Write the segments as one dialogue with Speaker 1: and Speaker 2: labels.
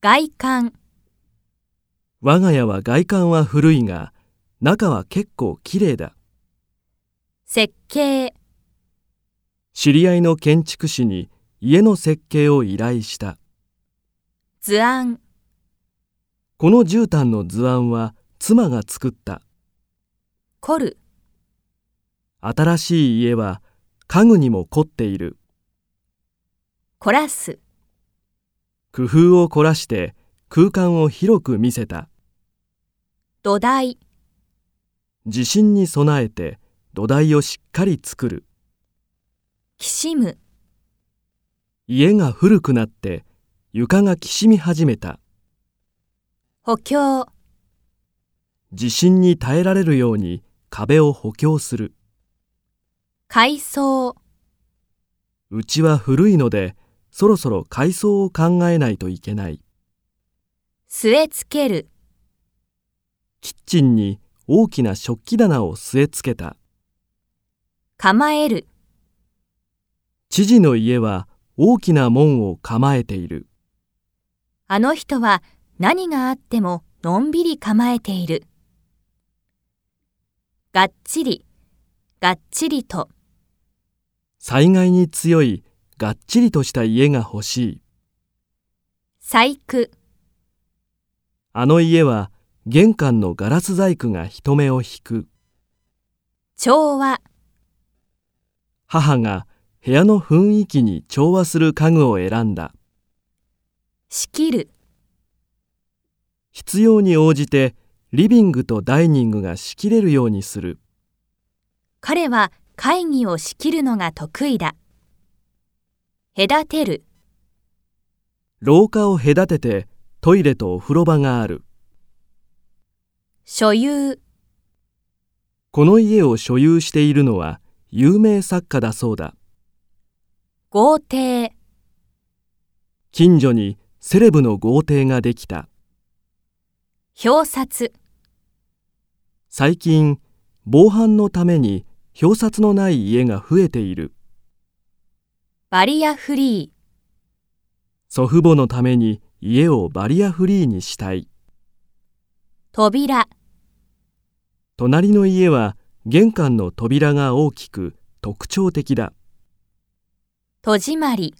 Speaker 1: 外観、
Speaker 2: 我が家は外観は古いが、中は結構綺麗だ。
Speaker 1: 設計、
Speaker 2: 知り合いの建築士に家の設計を依頼した。
Speaker 1: 図案、
Speaker 2: この絨毯の図案は妻が作った。
Speaker 1: 凝る、
Speaker 2: 新しい家は家具にも凝っている。
Speaker 1: 凝らす、
Speaker 2: 工夫を凝らして空間を広く見せた。
Speaker 1: 土台、
Speaker 2: 地震に備えて土台をしっかり作る。
Speaker 1: きしむ、
Speaker 2: 家が古くなって床がきしみ始めた。
Speaker 1: 補強、
Speaker 2: 地震に耐えられるように壁を補強する。
Speaker 1: 改装、
Speaker 2: うちは古いのでそろそろ改装を考えないといけない。
Speaker 1: 据え付ける、
Speaker 2: キッチンに大きな食器棚を据え付けた。
Speaker 1: 構える、
Speaker 2: 知事の家は大きな門を構えている。
Speaker 1: あの人は何があってものんびり構えている。がっちり、がっちりと、
Speaker 2: 災害に強いがっちりとした家が欲しい。
Speaker 1: 細工、
Speaker 2: あの家は玄関のガラス細工が人目を引く。
Speaker 1: 調和、
Speaker 2: 母が部屋の雰囲気に調和する家具を選んだ。
Speaker 1: 仕切る、
Speaker 2: 必要に応じてリビングとダイニングが仕切れるようにする。
Speaker 1: 彼は会議を仕切るのが得意だ。隔てる、
Speaker 2: 廊下を隔ててトイレとお風呂場がある。
Speaker 1: 所有、
Speaker 2: この家を所有しているのは有名作家だそうだ。
Speaker 1: 豪邸、
Speaker 2: 近所にセレブの豪邸ができた。
Speaker 1: 表札、
Speaker 2: 最近防犯のために表札のない家が増えている
Speaker 1: バリアフリー、
Speaker 2: 祖父母のために家をバリアフリーにしたい
Speaker 1: 扉、
Speaker 2: 隣の家は玄関の扉が大きく特徴的だ
Speaker 1: 戸締まり、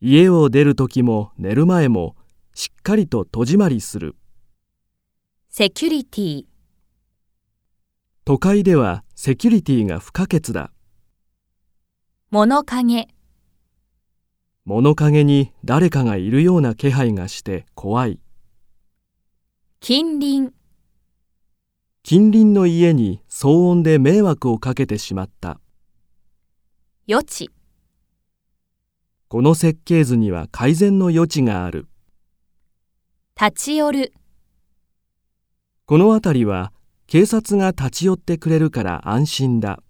Speaker 2: 家を出る時も寝る前もしっかりと戸締まりする
Speaker 1: セキュリティ、
Speaker 2: 都会ではセキュリティが不可欠だ
Speaker 1: 物陰、
Speaker 2: 物陰に誰かがいるような気配がして怖い
Speaker 1: 近隣、
Speaker 2: 近隣の家に騒音で迷惑をかけてしまった
Speaker 1: 余地、
Speaker 2: この設計図には改善の余地がある。
Speaker 1: 立ち寄る、
Speaker 2: この辺りは警察が立ち寄ってくれるから安心だ。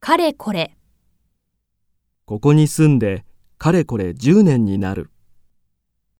Speaker 1: かれこれ。
Speaker 2: ここに住んでかれこれ10年になる。